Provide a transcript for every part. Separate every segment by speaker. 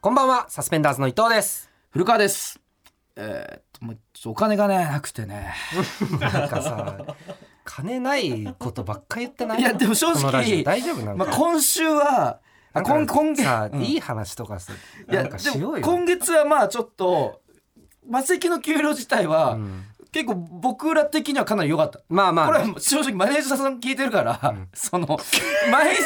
Speaker 1: こんばんは、サスペンダーズの伊藤です。
Speaker 2: 古川です。えーっと、もうちょっとお金がね、なくてね。
Speaker 1: なんかさ、金ないことばっか言ってない
Speaker 2: い や、でも正
Speaker 1: このラジオ
Speaker 2: 直、
Speaker 1: 大丈夫なん
Speaker 2: ま
Speaker 1: か
Speaker 2: あ、今週は、あ
Speaker 1: な
Speaker 2: 今
Speaker 1: んか
Speaker 2: 今月、
Speaker 1: さ、
Speaker 2: うん
Speaker 1: いい話とかさ、
Speaker 2: いや
Speaker 1: なんかしよう
Speaker 2: でも
Speaker 1: よ。
Speaker 2: 今月はまあちょっと、マセキの給料自体は、
Speaker 1: うん
Speaker 2: 結構僕ら的にはかなり良かった。
Speaker 1: まあまあ
Speaker 2: これはもう正直マネージャーさん聞いてるから、その毎日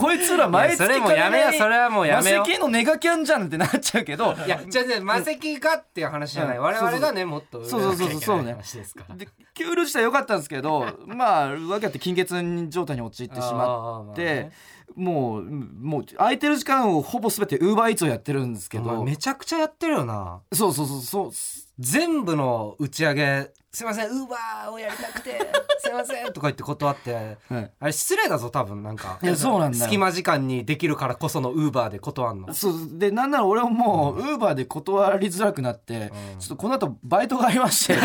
Speaker 2: こいつら毎月
Speaker 1: いやそれもやめよ
Speaker 2: 金に
Speaker 1: それはもうやめよ
Speaker 2: マセキのネガキャンじゃんってなっちゃうけど
Speaker 1: いや、じゃあね、魔石かっていう話じゃない。
Speaker 2: うん
Speaker 1: 我々がね、もっと。
Speaker 2: そうそうそうそうそうね
Speaker 1: 話ですから。
Speaker 2: で給料自体良かったんですけどまあわけあって金欠状態に陥ってしまっ
Speaker 1: あーまあ
Speaker 2: て、
Speaker 1: ね
Speaker 2: もうもう空いてる時間をほぼ全てウーバーイーツをやってるんですけ
Speaker 1: お前
Speaker 2: ど
Speaker 1: めちゃくちゃやってるよな。
Speaker 2: そうそうそうそうす
Speaker 1: 全部の打ち上げ、すいません、ウーバーをやりたくて、すいません、とか言って断って。
Speaker 2: はい
Speaker 1: あれ失礼だぞ、多分、なんか。
Speaker 2: いやそうなんだよ
Speaker 1: 隙間時間にできるからこそのウーバーで断んの。
Speaker 2: そうでなんなら俺ももうウーバーで断りづらくなって、
Speaker 1: うん
Speaker 2: ちょっとこの後バイトがありまして そ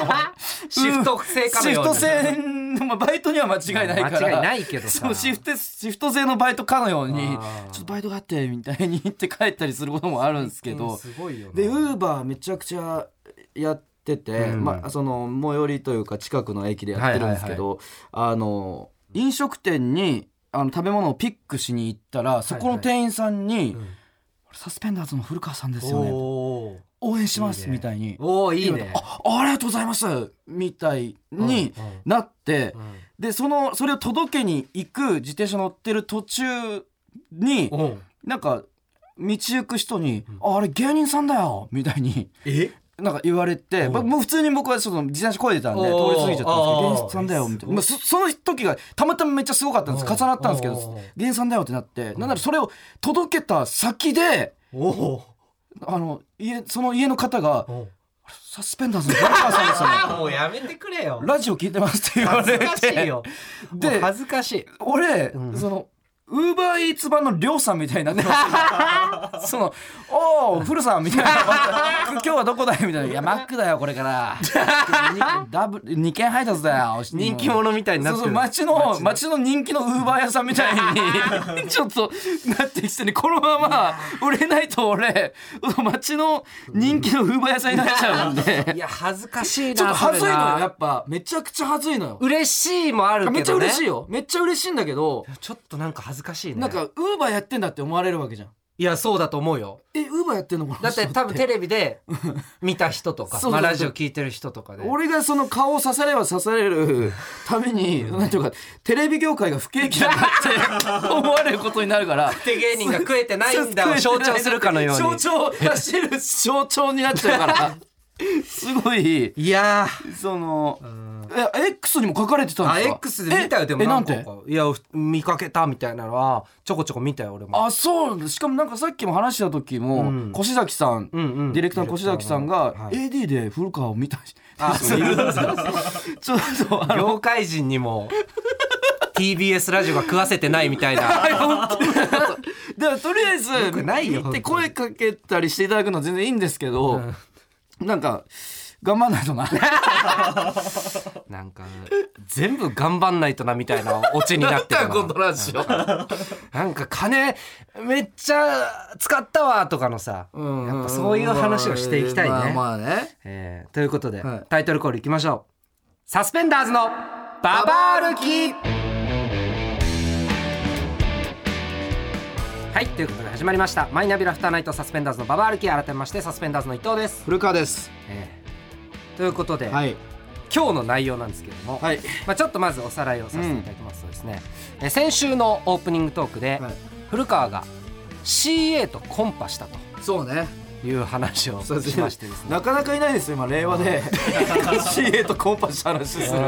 Speaker 2: の
Speaker 1: シフト制かのように。
Speaker 2: シフト制の、まあ、バイトには間違いないから
Speaker 1: 間違いないけどさ
Speaker 2: そうシフトシフト制のバイトかのように
Speaker 1: あー
Speaker 2: ちょっとバイトがあってみたいに言って帰ったりすることもあるんですけ
Speaker 1: うん
Speaker 2: ど
Speaker 1: すごいよな。
Speaker 2: でウーバーめちゃくちゃやってて、
Speaker 1: うん
Speaker 2: まあ、その最寄りというか近くの駅でやってるんですけど、あの飲食店にあの食べ物をピックしに行ったらそこの店員さんに「
Speaker 1: うん
Speaker 2: サスペンダーズの古川さんですよね
Speaker 1: おー
Speaker 2: 応援しま
Speaker 1: い
Speaker 2: す」
Speaker 1: いね
Speaker 2: みたいに
Speaker 1: おーいい
Speaker 2: 言われ
Speaker 1: ね
Speaker 2: て。あありがとうございます」みたいに
Speaker 1: うんうん
Speaker 2: なって、
Speaker 1: うん
Speaker 2: でそのそれを届けに行く自転車乗ってる途中に
Speaker 1: うん
Speaker 2: なんか道行く人に「ああれ芸人さんだよ」みたいに
Speaker 1: え
Speaker 2: なんか言われて、
Speaker 1: うん
Speaker 2: 僕もう普通に僕はその自転車こいでたんで
Speaker 1: おー
Speaker 2: 通り過ぎちゃったんですけど
Speaker 1: あー
Speaker 2: 「芸人さんだよ」みたいな、
Speaker 1: うん
Speaker 2: まあ、そその時がたまたまめっちゃすごかったんです
Speaker 1: うん
Speaker 2: 重なったんですけど
Speaker 1: うん
Speaker 2: 「芸人さんだよ」ってなってなんならそれを届けた先で
Speaker 1: おお。
Speaker 2: あの家その家の方が
Speaker 1: うん
Speaker 2: 「サスペンダーズの古川さんですよね
Speaker 1: あ ーもうやめてくれ よ」。
Speaker 2: ラジオ聞いてますって言わ
Speaker 1: 恥ず
Speaker 2: れて
Speaker 1: かしいよ。
Speaker 2: で
Speaker 1: もう恥ずかしい。
Speaker 2: 俺、
Speaker 1: うん
Speaker 2: そのウーバーイーツ版のりょうさんみたいになってます その「おお古さん」みたいな「今日はどこだい?」みたいな「いやマックだよこれから」にダブ2件配達だよ
Speaker 1: 人気者みたいにな
Speaker 2: そ
Speaker 1: っ
Speaker 2: う
Speaker 1: て
Speaker 2: そう
Speaker 1: る。
Speaker 2: 街の街の人気のウーバー屋さんみたい にちょっとなってきてねこのまま売れないと俺街の人気のウーバー屋さんになっちゃうんで
Speaker 1: いや恥ずかしいな。
Speaker 2: ちょっと恥ずいのよ
Speaker 1: それな
Speaker 2: やっぱめちゃくちゃ恥ずいのよ
Speaker 1: 嬉しいもあるけどね。
Speaker 2: めっちゃ嬉しいよめっちゃ嬉しいんだけど
Speaker 1: ちょっとなんか恥ずかしいね。
Speaker 2: なんかウーバーやってんだって思われるわけじゃん
Speaker 1: いやそうだと思うよ。
Speaker 2: えウーバーやってんのこの人
Speaker 1: だって多分テレビで見た人 とか、
Speaker 2: そうそうそ
Speaker 1: ま
Speaker 2: う
Speaker 1: あラジオ聞いてる人とかで。
Speaker 2: 俺がその顔を刺されば刺されるためになんていうかテレビ業界が不景気だなって思われることになるから
Speaker 1: 手芸人が食えてないんだを象徴するかのよう
Speaker 2: 象
Speaker 1: に。
Speaker 2: 徴走る象徴になっちゃうから すごい
Speaker 1: いや
Speaker 2: その
Speaker 1: ー。
Speaker 2: え X にも書かれてたん
Speaker 1: あ、
Speaker 2: ですか
Speaker 1: X で見たよ、
Speaker 2: え
Speaker 1: でも
Speaker 2: えな
Speaker 1: 何
Speaker 2: ん
Speaker 1: 個
Speaker 2: て
Speaker 1: か。いや、見かけたみたいなのは、ちょこちょこ見たよ、俺も。
Speaker 2: あそうしかもなんかさっきも話した時も、
Speaker 1: うん
Speaker 2: 越崎さん、
Speaker 1: うんうん
Speaker 2: ディレクターの越崎さんが
Speaker 1: はい
Speaker 2: AD で古川を見たし
Speaker 1: あそういるんですよ
Speaker 2: ちょっとあの
Speaker 1: 業界人にも TBS ラジオが食わせてないみたいな
Speaker 2: でもとりあえず
Speaker 1: くないよ
Speaker 2: 行っ
Speaker 1: 本当
Speaker 2: て声かけたりしていただくのは全然いいんですけど、なんか頑張んないとな
Speaker 1: なんか全部頑張んないとなみたいなオチになってるな
Speaker 2: ラジオ
Speaker 1: なんか金めっちゃ使ったわとかのさ、やっぱそういう話をしていきたいね、
Speaker 2: まあまあね
Speaker 1: えーということで、
Speaker 2: はい
Speaker 1: タイトルコールいきましょうサスペンダーズのババ歩きはいということで始まりましたマイナビラフターナイトサスペンダーズのババ歩き改めましてサスペンダーズの伊藤です、
Speaker 2: 古川です
Speaker 1: えーということで、
Speaker 2: はい
Speaker 1: 今日の内容なんですけれども、
Speaker 2: はい
Speaker 1: まあ、ちょっとまずおさらいをさせていただきますとですね、えー先週のオープニングトークで、
Speaker 2: はい
Speaker 1: 古川が CA とコンパしたと
Speaker 2: そうね
Speaker 1: いう話を
Speaker 2: そうです
Speaker 1: しましてですね
Speaker 2: なかなかいないですよ今令和で CA とコンパした話す
Speaker 1: う
Speaker 2: る
Speaker 1: ん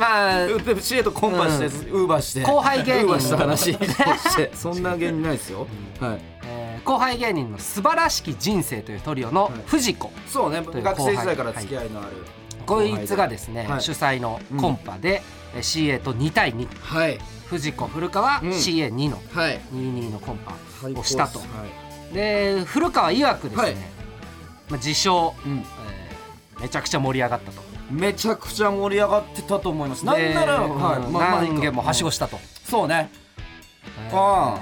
Speaker 1: まあ
Speaker 2: CA とコンパして、ウーバーして
Speaker 1: 後輩芸人
Speaker 2: ウーバーした話 としてそんな芸人ないですよ、はい
Speaker 1: えー後輩芸人の素晴らしき人生というトリオの
Speaker 2: はい
Speaker 1: 藤子、
Speaker 2: そうね
Speaker 1: という
Speaker 2: 学生時代から付き合いのある
Speaker 1: こいつがですね、
Speaker 2: はい
Speaker 1: 主催のコンパで、えー CA と2対2
Speaker 2: はい
Speaker 1: 藤子古川、
Speaker 2: うん
Speaker 1: CA2 の
Speaker 2: はい
Speaker 1: 22のコンパ
Speaker 2: 最高
Speaker 1: を
Speaker 2: っす
Speaker 1: したと
Speaker 2: はい
Speaker 1: で古川曰くですね、
Speaker 2: はい
Speaker 1: まあ、自称、
Speaker 2: うん
Speaker 1: えーめちゃくちゃ盛り上がったと
Speaker 2: めちゃくちゃ盛り上がってたと思いますなん
Speaker 1: で
Speaker 2: なら、
Speaker 1: うん
Speaker 2: はいまあまあいいか
Speaker 1: 何軒もはしごしたと、
Speaker 2: そうね
Speaker 1: えー
Speaker 2: あ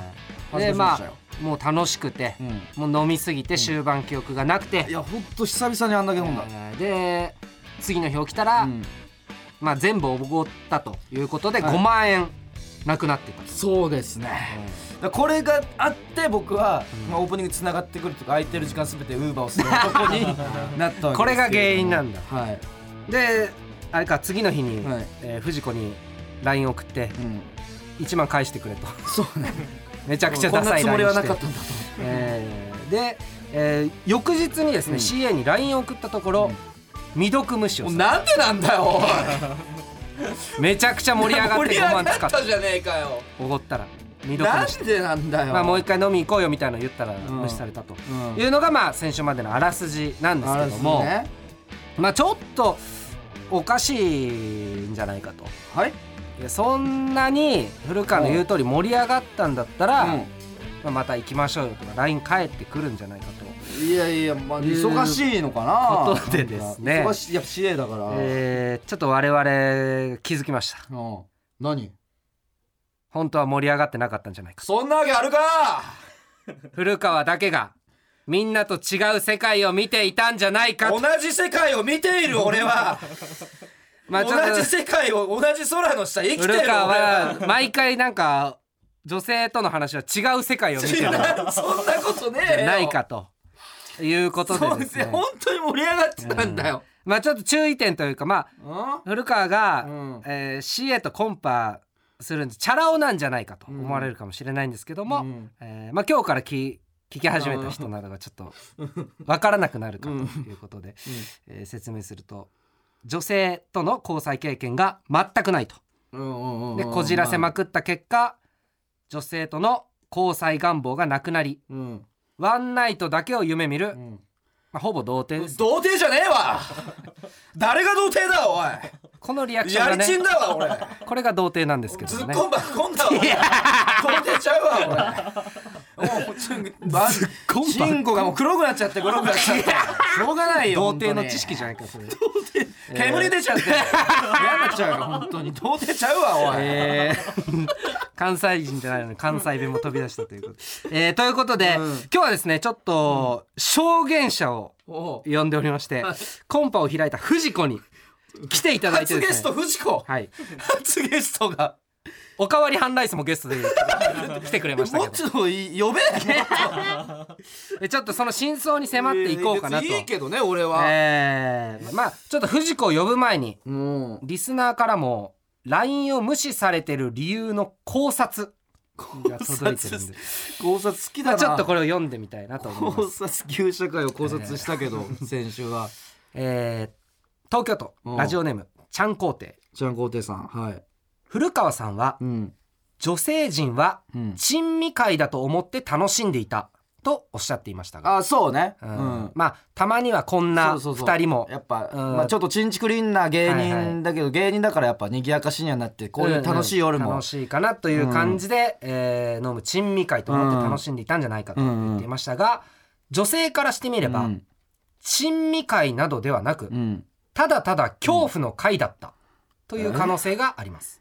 Speaker 2: あ
Speaker 1: でまあもう楽しくて、
Speaker 2: う
Speaker 1: もう飲みすぎて終盤記憶がなくて、
Speaker 2: いやほんと久々にあんだけ飲んだ、
Speaker 1: えーで次の日起きたら、
Speaker 2: うん
Speaker 1: まあ、全部おごったということで5万円なくなってた、
Speaker 2: そうですね、だからこれがあって僕は、まあ、オープニングつながってくるとか空いてる時間すべてウーバーをする男 になったわけですけど
Speaker 1: これが原因なんだ
Speaker 2: はい
Speaker 1: であれか次の日に、
Speaker 2: はい
Speaker 1: えー藤子に LINE 送って
Speaker 2: うん
Speaker 1: 1万返してくれと
Speaker 2: そうね
Speaker 1: めちゃくちゃ
Speaker 2: こ
Speaker 1: ダ
Speaker 2: んな
Speaker 1: サい
Speaker 2: つもり
Speaker 1: LINE
Speaker 2: は
Speaker 1: し
Speaker 2: な
Speaker 1: て
Speaker 2: かったんだと
Speaker 1: えーで、えー翌日にですね、
Speaker 2: うん
Speaker 1: CA に LINE を送ったところ、未読無視を
Speaker 2: もう
Speaker 1: され
Speaker 2: なんでなんだよおい
Speaker 1: めちゃくちゃ盛り上がっ
Speaker 2: 盛
Speaker 1: て
Speaker 2: り
Speaker 1: 5
Speaker 2: 上
Speaker 1: 万使
Speaker 2: が
Speaker 1: っ
Speaker 2: ったたじゃねえかよ
Speaker 1: おごったら未読
Speaker 2: な
Speaker 1: 無視
Speaker 2: んでなんだよ、
Speaker 1: まあもう一回飲み行こうよみたいなの言ったら
Speaker 2: ん
Speaker 1: 無視されたと
Speaker 2: うん
Speaker 1: いうのがまあ先週までのあらすじなんですけども、
Speaker 2: あれですね
Speaker 1: まあちょっとおかしいんじゃないかと
Speaker 2: はい
Speaker 1: いやそんなに古川の言う通り盛り上がったんだったら、
Speaker 2: うん
Speaker 1: まあ、また行きましょうよとか LINE 返ってくるんじゃないかと、
Speaker 2: いやいや、まあ、
Speaker 1: いう
Speaker 2: 忙しいのか
Speaker 1: こ
Speaker 2: な
Speaker 1: とでですね
Speaker 2: 忙しいやっぱ CA だから、
Speaker 1: えーちょっと我々気づきました
Speaker 2: うん何
Speaker 1: 本当は盛り上がってなかったんじゃないか
Speaker 2: そんなわけあるか
Speaker 1: 古川だけがみんなと違う世界を見ていたんじゃないかと
Speaker 2: 同じ世界を見ている俺は
Speaker 1: まあちょっ
Speaker 2: 同じ
Speaker 1: と
Speaker 2: 世界を同じ空の下生きてる
Speaker 1: 古
Speaker 2: 俺
Speaker 1: 川
Speaker 2: は
Speaker 1: は毎回なんか女性との話は違う世界を見てるんじゃ
Speaker 2: 違うそんなことねえよ
Speaker 1: ないか と いうこと
Speaker 2: そう
Speaker 1: で
Speaker 2: で
Speaker 1: ですす
Speaker 2: ね
Speaker 1: ね
Speaker 2: 本当に盛り上がってたんだよ、
Speaker 1: まあちょっと注意点というかまあ
Speaker 2: うん
Speaker 1: 古川が、
Speaker 2: うん
Speaker 1: えー CA とコンパするんでチャラ男なんじゃないかと思われるかもしれないんですけども、
Speaker 2: うん
Speaker 1: えーまあ、今日から聞聞き始めた人などがちょっと分からなくなるかということで、えー説明すると女性との交際経験が全くないと。
Speaker 2: うんうんうんうん
Speaker 1: でこじらせまくった結果女性との交際願望がなくなり
Speaker 2: うん
Speaker 1: ワンナイトだけを夢見る、
Speaker 2: ん
Speaker 1: まあ、ほぼ同点です
Speaker 2: 童貞じゃねえわ誰が童貞だお
Speaker 1: このリアク
Speaker 2: い
Speaker 1: ション
Speaker 2: や
Speaker 1: が
Speaker 2: り
Speaker 1: ね
Speaker 2: ちんだわ俺
Speaker 1: これが童貞なんですけど
Speaker 2: 突っ
Speaker 1: ね。
Speaker 2: 込んばっこんだわ俺童貞ちゃうわ俺もうちょ
Speaker 1: 込んばっ
Speaker 2: チンコがもう黒くなっちゃって黒くなっ ちゃってしょうがないよ
Speaker 1: 童貞の知識
Speaker 2: ゃ
Speaker 1: じゃないかそれ。
Speaker 2: 煙出ちゃって嫌になっちゃうよ本当に童貞ちゃうわおい、
Speaker 1: えー関西人じゃないのに関西弁も飛び出したということ。えーということで、
Speaker 2: うん
Speaker 1: 今日はですねちょっと証言者を
Speaker 2: おう
Speaker 1: 呼んでおりましてコンパを開いた藤子に来ていただいて
Speaker 2: 初
Speaker 1: ですね。
Speaker 2: ゲスト藤子
Speaker 1: はい。
Speaker 2: 初ゲストが
Speaker 1: おかわりハンライスもゲストで来てくれました
Speaker 2: も
Speaker 1: け
Speaker 2: っ
Speaker 1: ど
Speaker 2: と呼べね
Speaker 1: えちょっとその真相に迫っていこうかなと。
Speaker 2: 別にいいけどね俺は、
Speaker 1: えーまあちょっと藤子を呼ぶ前に
Speaker 2: うん
Speaker 1: リスナーからも LINE を無視されてる理由の考察が届いてるんで
Speaker 2: 考察好きだ
Speaker 1: まあ
Speaker 2: な
Speaker 1: ちょっとこれを読んでみたいなと思い ます
Speaker 2: 考察旧社会を考察したけど、先週は
Speaker 1: えー東京都
Speaker 2: うん
Speaker 1: ラジオネームちゃん皇帝
Speaker 2: ちゃん皇帝さんはい
Speaker 1: 古川さんは
Speaker 2: うん
Speaker 1: 女性陣は
Speaker 2: うん
Speaker 1: 珍味会だと思って楽しんでいたとおっしゃっていましたが、
Speaker 2: あそうねう、
Speaker 1: うんんまあたまにはこんな
Speaker 2: そうそうそう
Speaker 1: 2人も
Speaker 2: やっぱ、
Speaker 1: うん
Speaker 2: まあ、ちょっとちんちくりんな芸
Speaker 1: はいは
Speaker 2: 人だけど、芸人だからやっぱ賑やかしにはなってこういう楽しい夜
Speaker 1: うんうん
Speaker 2: も
Speaker 1: 楽しいかなという感じで、えー飲む珍味会と思って楽しんでいたんじゃないかと言っていましたが、女性からしてみれば、
Speaker 2: うん
Speaker 1: 珍味会などではなく、
Speaker 2: うん
Speaker 1: ただただ恐怖の会だったという可能性があります。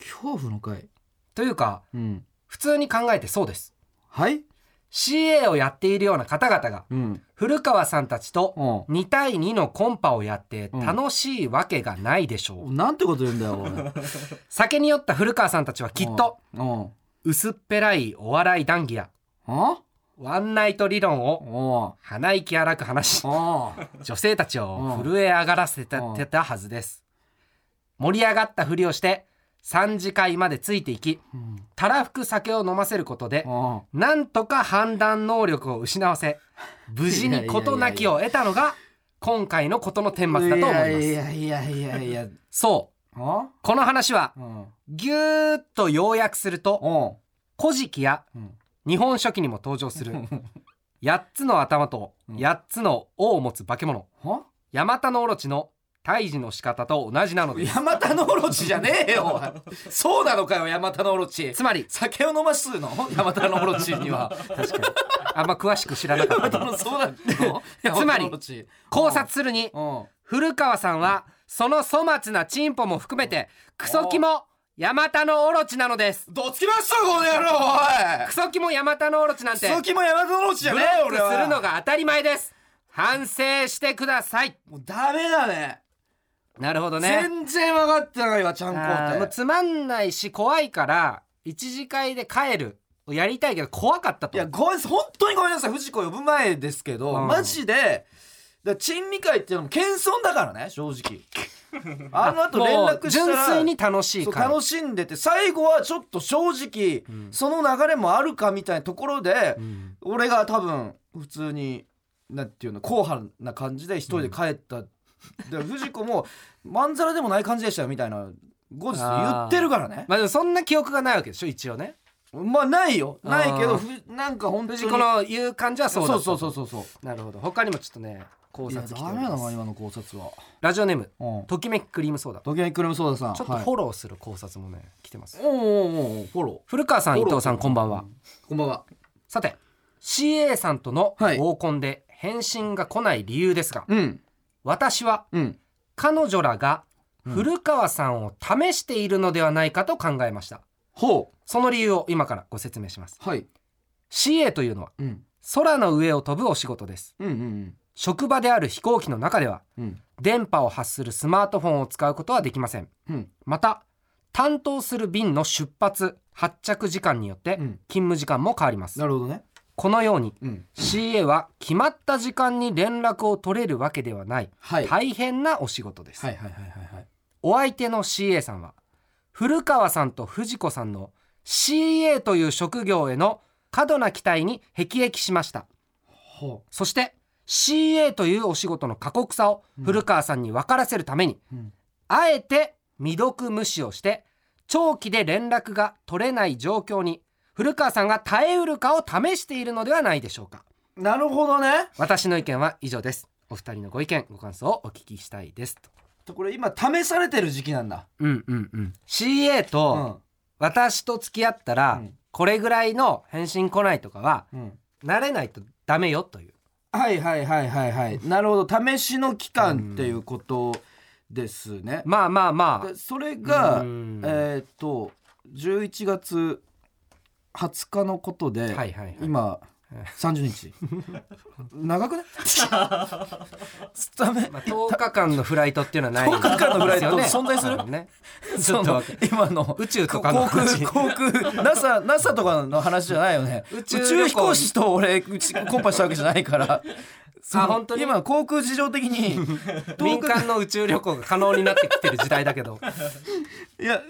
Speaker 2: 恐怖の会
Speaker 1: というか
Speaker 2: うん
Speaker 1: 普通に考えてそうです。
Speaker 2: はい
Speaker 1: CA をやっているような方々が
Speaker 2: うん
Speaker 1: 古川さんたちと
Speaker 2: う
Speaker 1: 2対2のコンパをやって
Speaker 2: ん
Speaker 1: 楽しいわけがないでしょう。
Speaker 2: んなんてこと言うんだ よ俺
Speaker 1: 酒に酔った古川さんたちはきっと
Speaker 2: うんうん
Speaker 1: 薄っぺらいお笑い談義や
Speaker 2: あ
Speaker 1: ワンナイト理論を
Speaker 2: おう
Speaker 1: 鼻息荒く話し
Speaker 2: おう
Speaker 1: 女性たちを震え上がらせて
Speaker 2: うん
Speaker 1: たはずです盛り上がったふりをして3次会までついていき
Speaker 2: うん
Speaker 1: たらふく酒を飲ませることで
Speaker 2: おう
Speaker 1: なんとか判断能力を失わせ無事に事なきを得たのが今回のことの顛末だと思います
Speaker 2: いやいやいやいやいや
Speaker 1: そう
Speaker 2: あ
Speaker 1: この話は
Speaker 2: うん
Speaker 1: ぎゅーっと要約すると
Speaker 2: おう
Speaker 1: 「古事記」や
Speaker 2: うん
Speaker 1: 「日本書紀」にも登場 する8つの頭と8つの尾を持つ化け物
Speaker 2: は
Speaker 1: ヤマタノオロチの退治の仕方と同じなのです
Speaker 2: ヤマタノオロチじゃねえよおいそうなのかよヤマタノオロチ
Speaker 1: つまり
Speaker 2: 酒を飲ますのヤマタノオロチには
Speaker 1: 確かに あんま詳しく知らなかった
Speaker 2: そうなの
Speaker 1: つまり
Speaker 2: ヤマタノオロチ
Speaker 1: 考察するに
Speaker 2: うん
Speaker 1: 古川さんはその粗末なチンポも含めてクソキもヤマタノオロチなのです
Speaker 2: どつきましたこの野郎
Speaker 1: クソキもヤマタノオロチなんて
Speaker 2: おいきも山田のうちじゃ
Speaker 1: ブ
Speaker 2: ね
Speaker 1: ロ
Speaker 2: えよ
Speaker 1: ック
Speaker 2: 俺
Speaker 1: す
Speaker 2: は
Speaker 1: るのが当たり前です反省してください
Speaker 2: もうダメだね
Speaker 1: なるほどね
Speaker 2: 全然分かってないわちゃんこ
Speaker 1: あーも
Speaker 2: っ
Speaker 1: う
Speaker 2: て
Speaker 1: つまんないし怖いから一次会で帰るをやりたいけど怖かった
Speaker 2: い
Speaker 1: と
Speaker 2: やごめん本当にごめんなさい藤子呼ぶ前ですけど、
Speaker 1: うん
Speaker 2: マジでだから珍味会っていうのも謙遜だからね正 直あの後連
Speaker 1: も
Speaker 2: 絡
Speaker 1: う
Speaker 2: したら
Speaker 1: 純粋に楽しい
Speaker 2: そう
Speaker 1: から
Speaker 2: 楽しんでて最後はちょっと正直、
Speaker 1: ん
Speaker 2: その流れもあるかみたいなところで、
Speaker 1: うん
Speaker 2: 俺が多分普通になんていうの硬派な感じで一人で帰った、で藤子もまんざらでもない感じでしたよみたいな後日言ってるからね
Speaker 1: まあでもそんな記憶がないわけでしょ一応ね
Speaker 2: まあないよないけ
Speaker 1: あ
Speaker 2: どふなんか本当に
Speaker 1: 藤子の言う感じはそ
Speaker 2: そう
Speaker 1: だ
Speaker 2: う
Speaker 1: と
Speaker 2: そうそうそうそうそう
Speaker 1: なるほど他にもちょっとね考
Speaker 2: いや
Speaker 1: 察来てお
Speaker 2: ダ
Speaker 1: り
Speaker 2: メだ
Speaker 1: ま
Speaker 2: な
Speaker 1: す
Speaker 2: 今の考察は、
Speaker 1: ラジオネーム
Speaker 2: うん、
Speaker 1: ときめきクリームソーダちょ
Speaker 2: 時計くるみそうださん
Speaker 1: っと
Speaker 2: はい
Speaker 1: フォローする考察もね来てます
Speaker 2: おうおうおうフォロ
Speaker 1: 古川さん
Speaker 2: フ
Speaker 1: 伊
Speaker 2: ォロー
Speaker 1: 藤さんこんばんは
Speaker 2: ーこんばんは
Speaker 1: さて CA さんとの
Speaker 2: はい
Speaker 1: 合コンで返信が来ない理由ですが
Speaker 2: うん
Speaker 1: 私は
Speaker 2: うん
Speaker 1: 彼女らが古川さんを試しているのではないかと考えました
Speaker 2: ほ
Speaker 1: その理由を今からご説明します
Speaker 2: うはい
Speaker 1: CA というのは
Speaker 2: うん
Speaker 1: 空の上を飛ぶお仕事です
Speaker 2: うんうん
Speaker 1: 職場である飛行機の中では
Speaker 2: うんうん
Speaker 1: 電波を発するスマートフォンを使うことはできません
Speaker 2: うん
Speaker 1: また担当する便の出発発着時間によって
Speaker 2: うん
Speaker 1: 勤務時間も変わります
Speaker 2: なるほどね
Speaker 1: このように
Speaker 2: うん
Speaker 1: CA は決まった時間に連絡を取れるわけではない
Speaker 2: はい
Speaker 1: 大変なお仕事です
Speaker 2: はいはいはいはいはい
Speaker 1: お相手の CA さんは古川さんと藤子さんの CA という職業への過度な期待に辟易しました
Speaker 2: ほ
Speaker 1: そして CA というお仕事の過酷さを古川さんに分からせるために、
Speaker 2: う、うん、
Speaker 1: あえて未読無視をして長期で連絡が取れない状況に古川さんが耐えうるかを試しているのではないでしょうか
Speaker 2: なるほどね
Speaker 1: 私の意見は以上ですお二人のご意見ご感想をお聞きしたいですと
Speaker 2: これ今試されてる時期なんだ
Speaker 1: うんうんうん CA と、
Speaker 2: うん
Speaker 1: 私と付き合ったら、
Speaker 2: うん
Speaker 1: これぐらいの返信来ないとかは
Speaker 2: うん
Speaker 1: 慣れないとダメよという
Speaker 2: はいはいはいはいはいなるほど試しの期間っていうことですね、
Speaker 1: まあまあま
Speaker 2: でそれ
Speaker 1: あ
Speaker 2: が
Speaker 1: うん
Speaker 2: えーっと11月20日のことで、
Speaker 1: はいはいはい
Speaker 2: 今30日長くねダメ
Speaker 1: まあ、10日間のフライトっていうのはない
Speaker 2: 10日間のフライト
Speaker 1: ですよ
Speaker 2: 存在する
Speaker 1: 多分ね ちょ
Speaker 2: そ
Speaker 1: っと
Speaker 2: の
Speaker 1: わかん
Speaker 2: 今の
Speaker 1: 宇宙と
Speaker 2: 航
Speaker 1: かの
Speaker 2: 空
Speaker 1: 話
Speaker 2: 航空 NASA, NASA とかの話じゃないよね
Speaker 1: 宇
Speaker 2: 宇
Speaker 1: 宙
Speaker 2: 宙
Speaker 1: 旅行
Speaker 2: 飛行士と俺うちコンパしたわけじゃな いからその
Speaker 1: 本当に
Speaker 2: 今航空事情 的に
Speaker 1: 民間の宇宙旅行が可能になってきてる時代だけ ど
Speaker 2: いや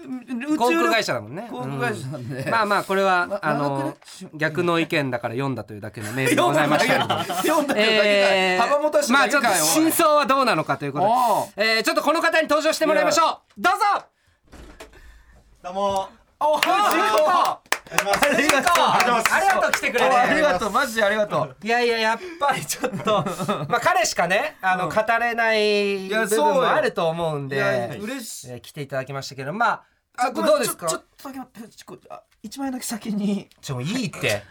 Speaker 2: 宇
Speaker 1: 航空会
Speaker 2: 社
Speaker 1: 社だもんね
Speaker 2: 航空会社
Speaker 1: うん
Speaker 2: なんで、
Speaker 1: まあまあこれは、
Speaker 2: な
Speaker 1: あ
Speaker 2: 長く
Speaker 1: の
Speaker 2: ねし
Speaker 1: 逆の意見だから読んだというだけのメールでご
Speaker 2: 読ん
Speaker 1: ざい
Speaker 2: だ
Speaker 1: ま
Speaker 2: だ
Speaker 1: し
Speaker 2: け
Speaker 1: たけど
Speaker 2: だ読んだだけだ、
Speaker 1: えー
Speaker 2: 幅持たして
Speaker 1: ま
Speaker 2: だ
Speaker 1: あ
Speaker 2: け
Speaker 1: ちょっと
Speaker 2: かよおい
Speaker 1: 真相はどうなのかということで
Speaker 2: おう、
Speaker 1: えーちょっとこの方に登場してもらいましょうどうぞ
Speaker 3: どうも
Speaker 2: お藤子
Speaker 3: お願いします
Speaker 2: ありがとう
Speaker 3: ありがとうございます
Speaker 1: ありがとう来てくれて
Speaker 2: ありがとうマジでありがとう
Speaker 1: いやいややっぱりちょっと まあ彼しかねあの語れない
Speaker 2: や
Speaker 1: 部分
Speaker 2: そうよ
Speaker 1: もあると思うん
Speaker 2: いや
Speaker 1: で
Speaker 2: 嬉しい
Speaker 1: えー来ていただきましたけどまあちょっと
Speaker 2: ごめん
Speaker 1: どうですか
Speaker 2: ちょちょっとだけ待って藤子あ一枚だけ先に
Speaker 1: ちょいいって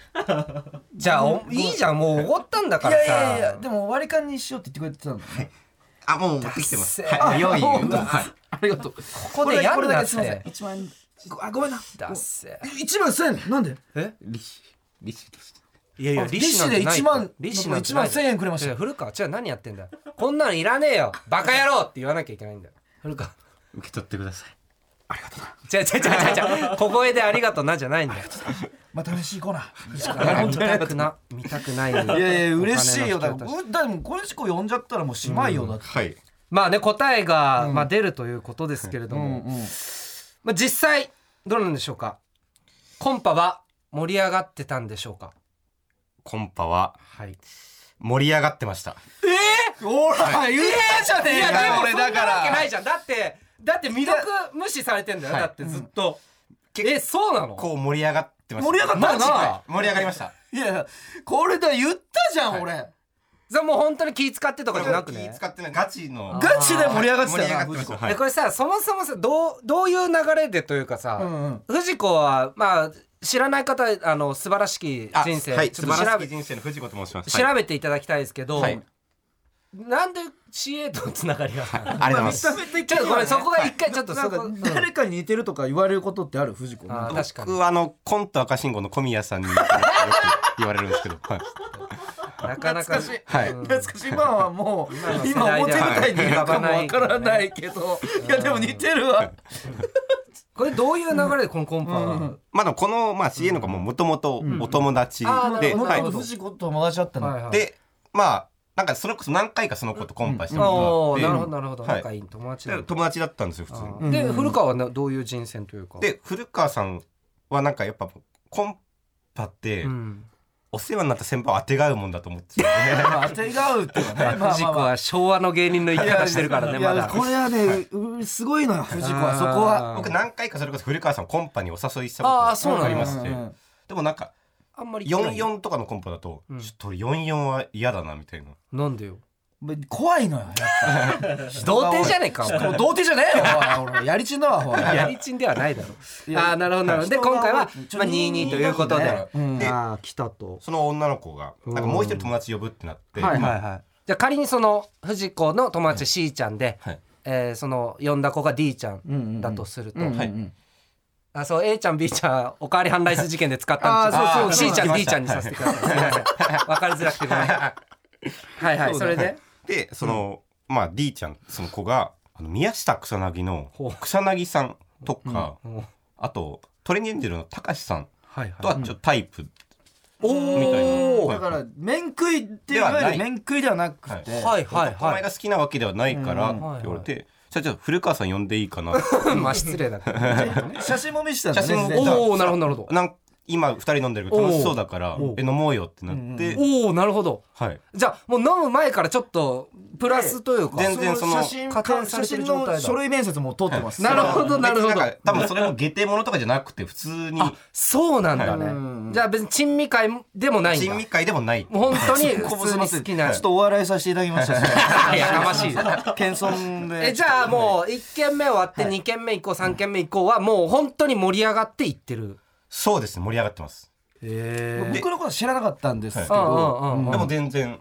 Speaker 1: じゃあおいいじゃんもうおごったんだからさ
Speaker 2: いやいやいやでも割り勘にしようって言ってくれてたのね
Speaker 3: あもう持ってきてます
Speaker 1: はい
Speaker 3: はい用意
Speaker 2: あそう
Speaker 3: はい
Speaker 2: ありがとう
Speaker 1: ここでや
Speaker 2: これ
Speaker 1: る
Speaker 2: だ
Speaker 1: な
Speaker 2: け
Speaker 1: っ
Speaker 2: すいません
Speaker 1: て
Speaker 2: 一万円ごあごめんな
Speaker 1: だっせ
Speaker 2: 一万千円なんで
Speaker 3: 利子利子利子
Speaker 1: いやいや利子なんて
Speaker 2: で
Speaker 1: ない
Speaker 2: 一万
Speaker 1: 利子なんて
Speaker 2: 一
Speaker 1: ない
Speaker 2: 万千円くれまし
Speaker 1: いや
Speaker 2: た
Speaker 1: 古川じゃあ何やってんだよこんなのいらねえよバカ野郎って言わなきゃいけないんだよ古川
Speaker 3: 受け取ってください
Speaker 1: 違う違う違う違う違 う小声でありがとうなじゃないんだよ
Speaker 2: また飯行こうな
Speaker 1: 見たくな見たくない
Speaker 2: いやいや嬉しいよ
Speaker 1: お金
Speaker 2: だ
Speaker 1: の人
Speaker 2: から
Speaker 1: たち
Speaker 2: だってもうこれしか呼んじゃったらもうしまいよだって
Speaker 3: はい
Speaker 1: まあね答えが、まあ、出るということですけれど
Speaker 2: う
Speaker 1: も、
Speaker 2: んうん
Speaker 1: まあ、実際どうなんでしょうかコンパは盛り上がってたんでしょうか
Speaker 3: コンパは
Speaker 1: はい
Speaker 3: 盛り上がってました
Speaker 2: ほら言ったじゃね
Speaker 1: い
Speaker 2: え
Speaker 1: やで
Speaker 2: か
Speaker 1: も
Speaker 2: よ
Speaker 1: そ
Speaker 2: 俺
Speaker 1: んな
Speaker 2: だ
Speaker 1: わ
Speaker 2: から
Speaker 1: けないじゃんだってだって未読無視されてんだよ、
Speaker 3: はい
Speaker 1: だってずっと、えそうなの
Speaker 3: こう盛り上がってました
Speaker 2: 盛り上がった
Speaker 3: マジか盛り上がりました
Speaker 2: いやこれだ言ったじゃん俺
Speaker 1: それもう本当に気使ってとかじゃなくね
Speaker 3: 気使ってないガチの
Speaker 2: ガチで盛り上がって
Speaker 3: 盛り
Speaker 2: た
Speaker 3: 上が
Speaker 2: よ
Speaker 3: ってましたは
Speaker 1: え
Speaker 3: い
Speaker 1: これさそもそもさどうどういう流れでというかさ、
Speaker 2: うんうん
Speaker 1: 藤子はまあ知らない方あの素晴らしき
Speaker 3: あ
Speaker 1: 人生
Speaker 3: はい
Speaker 1: ちょっ
Speaker 3: 素
Speaker 1: と
Speaker 3: 晴
Speaker 1: 調
Speaker 3: らし
Speaker 1: べ
Speaker 3: い人生の藤子と申しますはい
Speaker 1: 調べていただきたいですけど、
Speaker 3: はい
Speaker 1: なんで CA とつながりがあるの
Speaker 3: ありがとうござい
Speaker 2: まあ
Speaker 3: ま
Speaker 2: めちゃ
Speaker 3: す
Speaker 2: めち ゃ
Speaker 1: ちょっとごめんそこが一回ちょっと
Speaker 2: な
Speaker 1: そ
Speaker 2: んか
Speaker 1: こ
Speaker 2: 誰かに似てるとか言われることってある藤子
Speaker 1: あ
Speaker 2: なんか
Speaker 1: 確かに
Speaker 3: 僕はあのコント赤信号の小宮さんによく言われるんですけど、はい
Speaker 1: なかなか
Speaker 2: 懐かしい
Speaker 3: はい
Speaker 2: 懐かしい今はも
Speaker 1: の
Speaker 2: う
Speaker 1: 世代で
Speaker 2: 今
Speaker 1: は
Speaker 2: 表舞台にいるかもわからないけどいやでも似てるわ
Speaker 1: これどういう流れでこのコンパ
Speaker 2: う
Speaker 1: は
Speaker 2: ん
Speaker 3: まあでもこの、まあ、CA の子ももともとお友達で、
Speaker 1: うんあーなるほど
Speaker 3: は
Speaker 1: なるほ
Speaker 3: い、
Speaker 1: ど
Speaker 2: 藤子と友達だったの
Speaker 1: いい
Speaker 3: でまあなんかそれこそ何回かその子とコンパして
Speaker 1: お
Speaker 3: も
Speaker 1: お
Speaker 3: ら
Speaker 1: なるほど
Speaker 3: って、
Speaker 1: なるほど
Speaker 3: はい
Speaker 1: 仲いい友達な
Speaker 3: で
Speaker 1: んだ
Speaker 3: 友達だったんですよ普通に。
Speaker 1: あーで古川はなどういう人選というか
Speaker 3: で古川さんはなんかやっぱコンパって、
Speaker 1: うん
Speaker 3: お世話になった先輩をあてがうもんだと思って たんで
Speaker 2: まあ当てがうっていうのはねまあ
Speaker 1: 藤
Speaker 2: まあ
Speaker 1: 子
Speaker 2: まあ
Speaker 1: は昭和の芸人の生き方してるからね
Speaker 2: いや
Speaker 1: まだ
Speaker 2: これはねうすごいのよ藤子はそこ
Speaker 1: あ
Speaker 2: は
Speaker 1: ー
Speaker 3: 僕何回かそれこそ古川さんをコンパにお誘いしたこ
Speaker 1: ああ
Speaker 3: と
Speaker 1: そうなんだ
Speaker 3: あります
Speaker 2: うんうんうん
Speaker 3: ねでもなんか
Speaker 1: あんまり
Speaker 3: 44とかのコンパだと、
Speaker 1: うん
Speaker 3: ちょっと俺44は嫌だなみたいな
Speaker 1: なんでよ
Speaker 2: 怖いのよやっ
Speaker 1: 童貞じゃねえかお
Speaker 2: ぱ
Speaker 1: 前
Speaker 2: 童貞じゃねえよおい俺やりちんだわおい
Speaker 1: やりちんではないだろ
Speaker 2: いや
Speaker 1: ああなるほどなるほどで
Speaker 2: 人が
Speaker 1: 今回は
Speaker 2: ちょっと
Speaker 1: まあ22ということ
Speaker 2: 人が
Speaker 1: で
Speaker 2: 多いねうん
Speaker 3: で
Speaker 1: ああ来たと
Speaker 3: その女の子がなんかもう一人友達呼ぶってなって、
Speaker 1: はい
Speaker 3: ま
Speaker 1: はいはいじゃあ仮にその藤子の友達 C ちゃんで
Speaker 3: はい
Speaker 1: えーその呼んだ子が D ちゃ
Speaker 2: うんうんうんん
Speaker 1: だとすると
Speaker 2: うんうんうん
Speaker 3: はい
Speaker 1: あそう A ちゃん B ちゃんおかわりハンライス事件で使ったんです
Speaker 2: あーそうそう
Speaker 1: あー C ちゃん
Speaker 3: そう
Speaker 1: D ちゃんにさせてくださいすいませんわかりづらくてごめんはいはいそれで
Speaker 3: でその、まあ D ちゃんその子があの宮下草薙の草薙さんとか、
Speaker 1: うん
Speaker 3: あとトレニエンジェルのたかしさん
Speaker 1: はい
Speaker 3: とはちょっとタイプ、
Speaker 1: おお
Speaker 3: み
Speaker 2: だから面食いっていわゆる面食いではなくて
Speaker 1: はいはい
Speaker 3: お前
Speaker 1: は
Speaker 3: が好きなわけではないからって
Speaker 1: うん
Speaker 3: 言われて、じゃあちょっと古川さん呼んでいい かなって
Speaker 1: いまあ失礼だけど
Speaker 2: 写真も見せたんだね
Speaker 3: 写真も
Speaker 2: 事前に
Speaker 1: おおなるほどなるほど
Speaker 3: なん今二人飲んでるけど楽しそうだから
Speaker 1: おう
Speaker 3: え飲もうよってなって、
Speaker 1: おおなるほど
Speaker 3: はい
Speaker 1: じゃあもう飲む前からちょっとプラスというか
Speaker 3: で全然その
Speaker 2: 写真
Speaker 1: 加点され
Speaker 2: 写
Speaker 1: てる
Speaker 2: 真
Speaker 1: 状態だ
Speaker 2: の書類面接も通ってます
Speaker 1: なるほどなるほど
Speaker 3: 別にんか多分それも下手者とかじゃなくて普通に
Speaker 1: あそうなんだ
Speaker 2: はい
Speaker 1: ねじゃあ別に珍味会でもないんだ
Speaker 3: 珍味会でもない
Speaker 1: もう本当に
Speaker 2: こぼ
Speaker 1: 普
Speaker 2: せ
Speaker 1: 通
Speaker 2: ま
Speaker 1: に
Speaker 2: す
Speaker 1: 好きな
Speaker 2: ちょっとお笑いさせていただきました
Speaker 1: やかましい
Speaker 2: 謙遜で
Speaker 1: えじゃあもう1軒目終わって2軒目行こう3軒目行こうはもう本当に盛り上がって行ってる
Speaker 3: そうですね盛り上がってます、
Speaker 1: へ
Speaker 2: 僕のこと知らなかったんですけ
Speaker 1: うんうんうんうん
Speaker 2: ど
Speaker 3: でも全然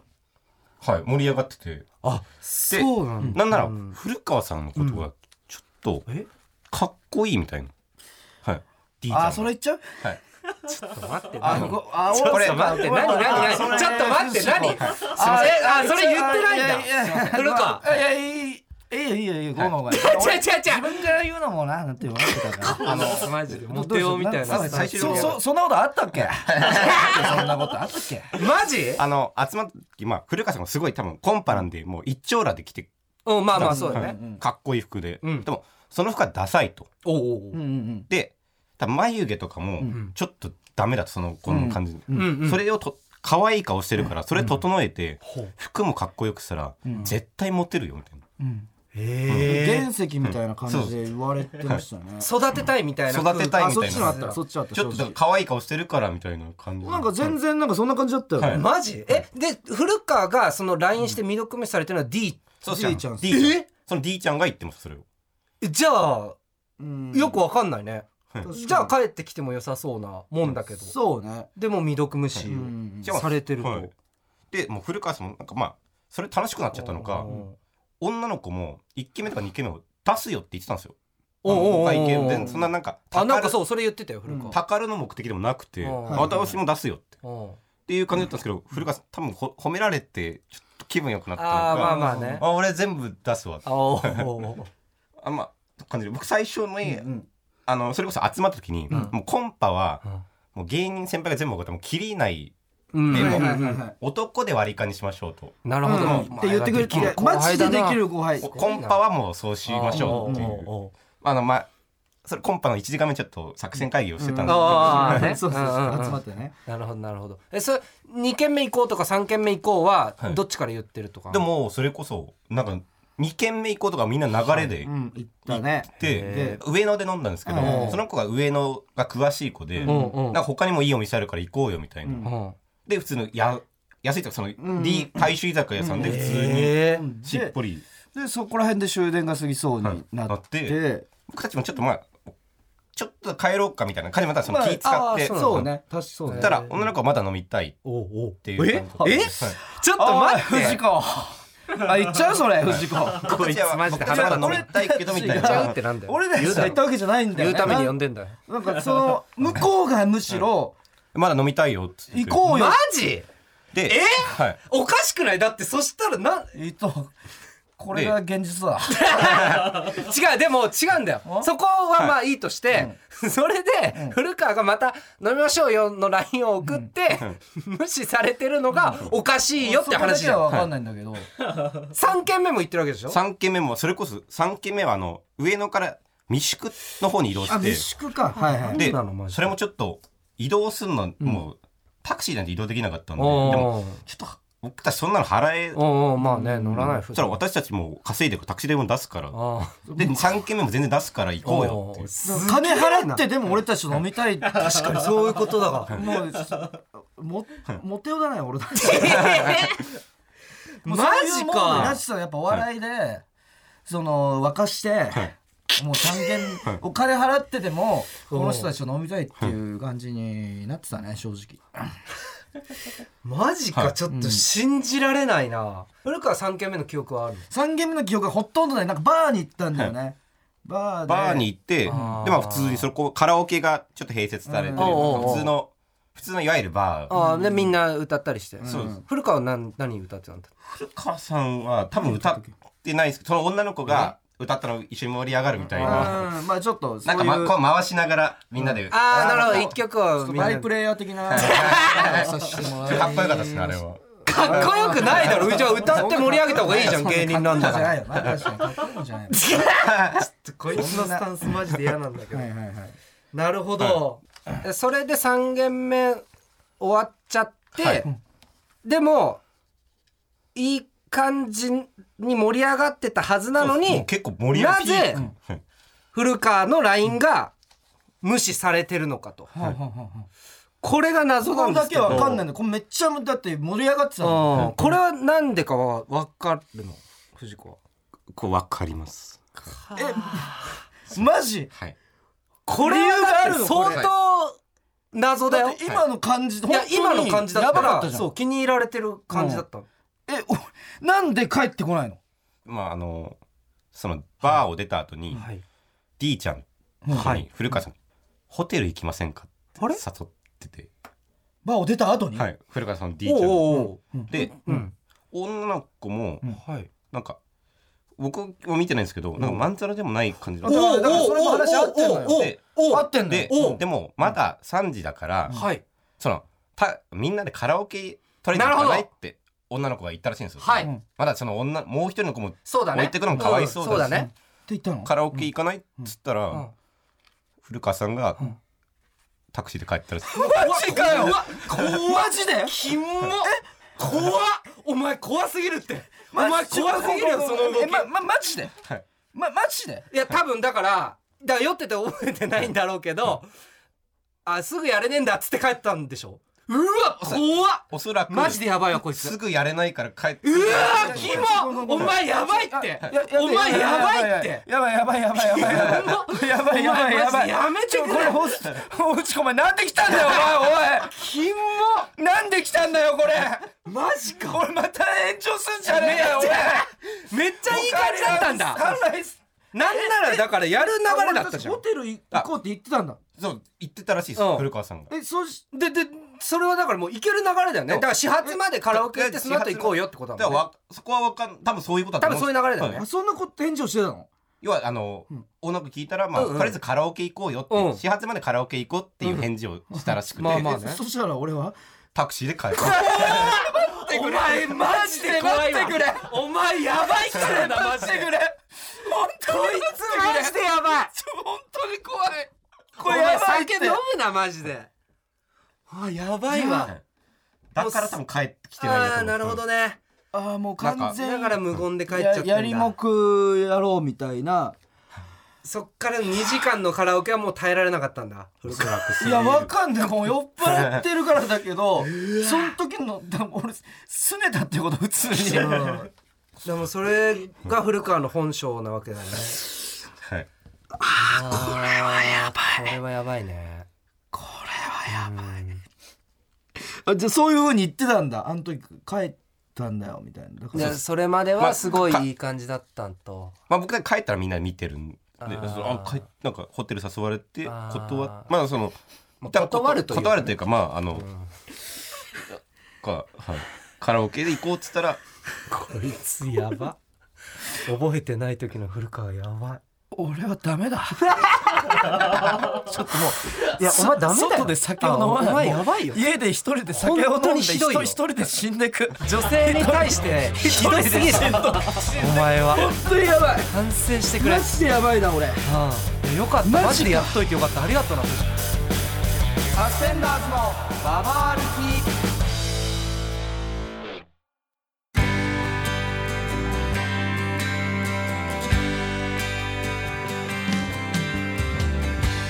Speaker 3: はい盛り上がってて
Speaker 1: あそうなんだ
Speaker 3: なんなら古川さんのことがちょっと
Speaker 1: え
Speaker 3: かっこいいみたいな、はい D ちゃんが
Speaker 2: あそれ言っちゃう
Speaker 3: はい
Speaker 1: ちょっと待って
Speaker 2: あ
Speaker 1: 何
Speaker 2: こあ
Speaker 1: ちょっ
Speaker 2: お
Speaker 1: と待って何何何ちょっと待って何あえあそれ言ってないんだ
Speaker 2: だ
Speaker 1: 古川
Speaker 2: いやいいいいよいいよいいよごめんごめん
Speaker 1: 違う違う違う
Speaker 2: 自分から言うのもななんて思ってたから
Speaker 1: あのマジでモテよみたいな
Speaker 2: どうしよう
Speaker 3: 最終的に
Speaker 2: そそそんなことあったっけそんなことあったっけ
Speaker 1: マジ
Speaker 3: あの集まった時、まあ、古川さんがすごい多分コンパなんでもう一丁羅で来て、
Speaker 1: うんまあまあそうだ
Speaker 3: はい
Speaker 1: ね
Speaker 3: かっこいい服で、
Speaker 1: うん
Speaker 3: でもその服はダサいと
Speaker 1: おうおうお
Speaker 2: うん
Speaker 1: う
Speaker 2: うん
Speaker 3: で多分眉毛とかも
Speaker 1: ん
Speaker 3: ちょっとダメだとそのこの感じで、
Speaker 1: んうんうん
Speaker 3: それをと可愛い顔してるからそれ整えて、
Speaker 1: ほう
Speaker 3: 服もかっこよくしたら、絶対モテるよみたいな
Speaker 2: うん
Speaker 1: へ
Speaker 2: 原石みたいな感じで言われてましたね
Speaker 1: 育てたいみたいな
Speaker 3: 育てたい
Speaker 2: あ
Speaker 3: み
Speaker 2: そ
Speaker 3: た
Speaker 2: っ
Speaker 3: い
Speaker 2: ち
Speaker 3: な
Speaker 2: のあったそっちのあった
Speaker 3: ちょっとだ
Speaker 2: 正
Speaker 3: から
Speaker 2: 直
Speaker 3: 可愛い顔してるからみたいな感じ
Speaker 2: なんか全然なんかそんな感じだったよね
Speaker 3: はい
Speaker 1: マジえで古川がその LINE して未読無視されてるのは D
Speaker 3: そう
Speaker 2: D ちゃん
Speaker 3: D ちゃん
Speaker 1: え
Speaker 3: その D ちゃんが言ってますそれを
Speaker 1: じゃあ
Speaker 2: うん
Speaker 1: よくわかんないね、
Speaker 3: はい
Speaker 1: じゃあ帰ってきても良さそうなもんだけど、
Speaker 2: そうね
Speaker 1: でも未読無視
Speaker 2: ん
Speaker 3: しかも
Speaker 1: されてると、
Speaker 3: はいでもう古川さんもなんかまあそれ楽しくなっちゃったのか女の子も1期目とか2期目を出すよって言ってたんですよ
Speaker 1: おうおうおうおう
Speaker 3: あの会見でそんななんか
Speaker 1: あなんか
Speaker 3: 宝
Speaker 1: そうそれ言ってたよ古川、
Speaker 3: 宝の目的でもなくて
Speaker 1: うん
Speaker 3: あ私も出すよってっ
Speaker 1: うん
Speaker 3: ていう感じだったんですけど古川さん多分ほ褒められてちょっと気分良くなったの
Speaker 1: ああまあ
Speaker 3: か
Speaker 1: まあね
Speaker 3: あ俺全部出すわ
Speaker 1: あおうおうおう
Speaker 3: あまあ感じで僕最初
Speaker 2: う
Speaker 3: の
Speaker 2: んうん
Speaker 3: あのそれこそ集まった時に
Speaker 1: ん
Speaker 3: もうコンパはもう芸人先輩が全部終わってもう切りない
Speaker 1: うん
Speaker 3: で
Speaker 2: は
Speaker 3: も
Speaker 2: いはいはいはい
Speaker 3: 男で割り勘にしましょうと
Speaker 1: なるほど、
Speaker 2: うんって言ってくれてマジでできる後輩
Speaker 1: ごいな
Speaker 3: コンパはもうそうしましょうってい
Speaker 1: おう
Speaker 3: う
Speaker 1: おうおう
Speaker 3: あのまあそれコンパの1時間目ちょっと作戦会議をしてたんで
Speaker 1: ああね
Speaker 2: そうそう
Speaker 1: うんうんう
Speaker 2: そ
Speaker 1: ん
Speaker 2: う集まってね
Speaker 1: なるほどなるほどえそれ2軒目行こうとか3軒目行こうは
Speaker 3: はい
Speaker 1: どっちから言ってるとか、
Speaker 3: でもそれこそなんか2軒目行こうとかみんな流れで行
Speaker 2: うん行ったね
Speaker 3: って上野で飲んだんですけど
Speaker 1: うん
Speaker 3: その子が上野が詳しい子で
Speaker 1: う
Speaker 3: なんん
Speaker 1: うん
Speaker 3: か他にもいいお店あるから行こうよみたいな
Speaker 1: うん
Speaker 3: で普通のや安いとかその
Speaker 2: ん
Speaker 3: D 大衆居酒屋さんで普通に
Speaker 1: え
Speaker 2: うん
Speaker 3: しっ
Speaker 2: で
Speaker 3: ぽり
Speaker 2: でそこら辺で終電が過ぎそうにな
Speaker 3: なっ
Speaker 2: って、
Speaker 3: て僕たちもちょっとまあちょっと帰ろうかみたいな感じまたその
Speaker 2: まあ
Speaker 3: 気使って
Speaker 1: あー
Speaker 2: そうね確かそう
Speaker 3: そ
Speaker 2: ね
Speaker 3: したら女の子はまだ飲みたいっ
Speaker 1: おうおう
Speaker 3: ていう感じだったんで
Speaker 2: え
Speaker 3: はい
Speaker 1: ちょっと待
Speaker 2: おい
Speaker 1: って
Speaker 2: 子あ言っちゃうそれ藤子
Speaker 1: こいつマジで
Speaker 3: 僕たち
Speaker 1: 腹
Speaker 3: は
Speaker 1: が
Speaker 3: 飲
Speaker 1: 立
Speaker 3: み
Speaker 1: つ
Speaker 3: たいけどみた
Speaker 1: 言
Speaker 3: い
Speaker 1: っちゃう
Speaker 3: な
Speaker 1: ってなんだよ
Speaker 2: 俺らが言ったわけじゃないんだよ、
Speaker 1: 言
Speaker 2: ね、
Speaker 1: うために呼んでんだよ
Speaker 2: なんかその向こうがむしろ
Speaker 3: まだ飲みたいよっつって
Speaker 2: 行こうよ
Speaker 1: マジ
Speaker 3: で
Speaker 1: え
Speaker 3: はい
Speaker 1: おかしくないだってそしたらな
Speaker 2: えっとこれが現実だ
Speaker 1: 違うでも違うんだよ
Speaker 2: お
Speaker 1: そこはまあいいとして、 それで古川がまた「飲みましょうよ」の LINE を送って、 無視されてるのがおかしいよって話
Speaker 2: そこだけ
Speaker 1: だよ
Speaker 2: は分かんないんだけど、
Speaker 1: 3軒目も行ってるわけでしょ
Speaker 3: 3軒目もそれこそ3軒目はあの上野から三宿の方に移動して
Speaker 2: 宿かはいはい
Speaker 3: で
Speaker 1: そうなのマジで
Speaker 3: それもちょっと移動するのもうタクシーなんて移動できなかったんでで
Speaker 1: おー
Speaker 3: もちょっと僕たちそんなの払えそ
Speaker 1: おうおうまあね乗らないふ
Speaker 3: したら私たちも稼いでタクシー代も出すから
Speaker 1: あ
Speaker 3: で3軒目も全然出すから行こうよっていう
Speaker 2: 金払ってでも俺たちと飲みた い確かにそういうことだから もうもモテようだね俺た ち
Speaker 1: マジか
Speaker 2: ラチさんやっぱお笑いで、その沸かして、もう単元、お金払ってでもこの人たちと飲みたいっていう感じになってたね正直
Speaker 1: マジ
Speaker 3: は
Speaker 1: か
Speaker 3: い
Speaker 1: ちょっと信じられないな古川3軒目の記憶はある
Speaker 2: 3軒目の記憶がほとんどないなんかバーに行ったんだよね、バーで
Speaker 3: バーに行ってで
Speaker 1: あー
Speaker 3: まあ普通にそこカラオケがちょっと併設され
Speaker 1: う
Speaker 3: てる
Speaker 1: んおうおうおう
Speaker 3: 普通の普通のいわゆるバー
Speaker 1: ああでみんな歌ったりして
Speaker 3: そうです
Speaker 1: 古川は何何歌ってたんだ
Speaker 3: 古川さんは多分歌ってないんですけどその女の子が歌ったの一緒に盛り上がるみたいな
Speaker 2: うんまあちょっとそ
Speaker 3: な
Speaker 2: うんい
Speaker 3: か
Speaker 2: う
Speaker 3: まこう回しながらみんなでかっ
Speaker 1: ああなるほど
Speaker 2: あー
Speaker 1: 一曲をみんな
Speaker 2: バイ
Speaker 1: で
Speaker 2: プレイヤー的なさせてもらい
Speaker 3: こよかったですねあれは。
Speaker 1: かっこよくないだろじゃあ歌って盛り上げた方がいいじゃん芸人なんだから
Speaker 2: そなかっこいいのじゃないよな確かにかっこいいの
Speaker 1: こい
Speaker 2: じゃないよ
Speaker 1: つのスタンスマジで嫌なんだけど
Speaker 2: はいはいはい
Speaker 1: なるほど、えそれで3軒目終わっちゃって、
Speaker 3: はい
Speaker 1: でもいい感じに盛り上がってたはずなの
Speaker 3: もう
Speaker 1: に
Speaker 3: 結構盛り上が
Speaker 1: なぜ
Speaker 3: はい
Speaker 1: 古川の LINE が無視されてるのかと
Speaker 2: はいはいはい
Speaker 1: これが謎
Speaker 2: そ
Speaker 1: な
Speaker 2: こ
Speaker 1: んで
Speaker 2: だ
Speaker 1: すけ
Speaker 2: け
Speaker 1: ど
Speaker 2: わかんないのこれめっちゃだって盛り上がってたの
Speaker 1: うんこれはなんでかは分かるの藤子は
Speaker 3: こう分かります。
Speaker 2: マジ
Speaker 3: はい。
Speaker 1: これはだって
Speaker 2: こ
Speaker 1: 相当謎だ
Speaker 2: だ
Speaker 1: よ
Speaker 2: って今の感じ
Speaker 1: いや今の感じだった
Speaker 2: やばかった
Speaker 1: ら
Speaker 2: じゃ
Speaker 1: そうん気に入られてる感じだったの
Speaker 2: えおなんで帰ってこないの
Speaker 3: まああのそのバーを出た後に、
Speaker 1: はい
Speaker 3: D ちゃん
Speaker 1: はい
Speaker 3: に古川さん、ホテル行きませんかって
Speaker 1: あれ
Speaker 3: 誘ってて、
Speaker 2: バーを出た後に
Speaker 3: はい、古川さん D ちゃんに
Speaker 1: おうお
Speaker 3: で、
Speaker 1: ううん
Speaker 3: 女の子も
Speaker 1: はい
Speaker 3: なんか僕も見てないんですけど、なんかまんざらでもない感じだ
Speaker 2: お
Speaker 3: っ
Speaker 2: うだからそれも話合ってんのよ
Speaker 1: おうおう
Speaker 3: で
Speaker 1: おうおう
Speaker 2: 合って
Speaker 3: た
Speaker 2: んだ
Speaker 3: で
Speaker 2: よ
Speaker 1: お
Speaker 3: でもまだ3時だから、
Speaker 1: はい
Speaker 3: そのたみんなでカラオケ取りに行かないって女の子が言ったらしいんですよ。
Speaker 1: はい
Speaker 2: うん
Speaker 3: まだその女もう一人の子も
Speaker 1: そうだね
Speaker 3: 置いてくのもかわいそうだし
Speaker 1: んだね
Speaker 2: って言ったの
Speaker 3: カラオケ行かないっつったら、
Speaker 1: うん
Speaker 3: 古川さんが
Speaker 2: うん
Speaker 3: タクシーで帰ったら しい、
Speaker 1: マジかよ
Speaker 2: マジで
Speaker 1: キモ怖っお前怖すぎるってお前
Speaker 2: マ
Speaker 1: 怖
Speaker 2: ジ
Speaker 1: すぎるよその動
Speaker 2: え
Speaker 1: き
Speaker 2: ままマジで
Speaker 3: はい
Speaker 2: まマジで
Speaker 1: いや多分だからだから酔ってて覚えてないんだろうけどあすぐやれねえんだっつって帰ったんでしょうわ怖っ
Speaker 3: おそらく
Speaker 1: マジでやばいわこいつ
Speaker 3: すぐやれないから帰って
Speaker 1: うわーキモお前やばいってお前やばいって
Speaker 2: やばいやばいやばいやばいやばいやばいやばいやばい
Speaker 1: お前マジでやめてくれ
Speaker 2: ちょこれホスホスコお前なんで来たんだよお
Speaker 1: キ
Speaker 2: いおいなんで来たんだよこれ
Speaker 1: モマジか
Speaker 2: 俺また炎上すんじゃねえよおい
Speaker 1: めっちゃいい感じだったんだ
Speaker 2: サンライズ
Speaker 1: なんならだからやる流れだったじゃん
Speaker 2: ホテル行こうって言ってたんだ
Speaker 3: そう言ってたらしいです、
Speaker 1: うん
Speaker 3: 古川さんが
Speaker 2: えそうし
Speaker 1: ででそれはだからもう行ける流れだよねだから始発までカラオケ行ってその後行こうよってこと
Speaker 3: だ
Speaker 1: だ
Speaker 3: から
Speaker 1: もん、ね、
Speaker 3: わそこはわかん多分そういうこと
Speaker 1: 多
Speaker 3: だ
Speaker 1: 分そういう流れだよね
Speaker 3: は
Speaker 2: あそんなこと炎上してたの
Speaker 3: 要はあの、女の子聞いたら、まあ
Speaker 1: うんうん
Speaker 3: とりあえずカラオケ行こうよって、
Speaker 1: うん
Speaker 3: 始発までカラオケ行こうっていう返事をしたらしくて、
Speaker 1: まあまあね
Speaker 2: そしたら俺は
Speaker 3: タクシーで帰った
Speaker 1: お前マジで怖いわお前やばいからなマジで
Speaker 2: 待ってくれ本当
Speaker 1: こい
Speaker 2: に
Speaker 1: つマジでやばい
Speaker 2: 本当に怖い
Speaker 1: こ
Speaker 2: これ
Speaker 1: れ
Speaker 2: やばいっ
Speaker 1: 酒
Speaker 2: て
Speaker 1: 飲むなマジであやばいわ
Speaker 3: だから多分帰ってきてない
Speaker 1: あー
Speaker 3: んだと思う
Speaker 1: なるほどね
Speaker 2: ああもう
Speaker 3: な
Speaker 2: 完
Speaker 3: んか
Speaker 2: 全
Speaker 1: だから無言で帰っちゃっ
Speaker 2: や
Speaker 1: てんだ
Speaker 2: やりもくやろうみたいな
Speaker 1: そっからの2時間のカラオケはもう耐えられなかったんだ
Speaker 3: おそらくそう
Speaker 2: いやわかんないもう酔っ払ってるからだ けどその時のだ俺すねたってこと普通に
Speaker 1: うんでもそれが古川の本性なわけだね
Speaker 3: はい
Speaker 1: これはやばいね
Speaker 2: あじゃあそういうふうに言ってたんだあの時帰ったんだよみたいなだか
Speaker 1: で
Speaker 2: ら
Speaker 1: それまではすご
Speaker 3: まあ
Speaker 1: いいい感じだったんと、
Speaker 3: まあ、僕が帰ったらみんな見てるんで
Speaker 1: あ
Speaker 3: あ
Speaker 1: ー
Speaker 3: あ帰なんかホテル誘われて
Speaker 1: あー
Speaker 3: 断っまあその
Speaker 1: まあ
Speaker 3: だから
Speaker 1: 断るというかね
Speaker 3: 断るというかまああの、かはい、カラオケで行こうっつったら
Speaker 1: こいつやば覚えてない時の古川やば
Speaker 2: 俺はダメだ
Speaker 1: いいやお前ダメだよ
Speaker 2: 外で酒を飲ま
Speaker 1: あ
Speaker 2: ない
Speaker 1: お前やばいよ
Speaker 2: 家で一人で酒を
Speaker 1: 本当
Speaker 2: 飲ん
Speaker 1: に
Speaker 2: で
Speaker 1: ひ
Speaker 2: 一
Speaker 1: どいよ
Speaker 2: 人一人で死ん でく
Speaker 1: 女性に対してひどすぎるお前は
Speaker 2: 本当にやばい
Speaker 1: 反省してくれ、
Speaker 2: マジでやばいな 俺
Speaker 1: うんいやよかったマジでやっといてよかったありがとうな
Speaker 2: サスペンダーズの
Speaker 1: ババアル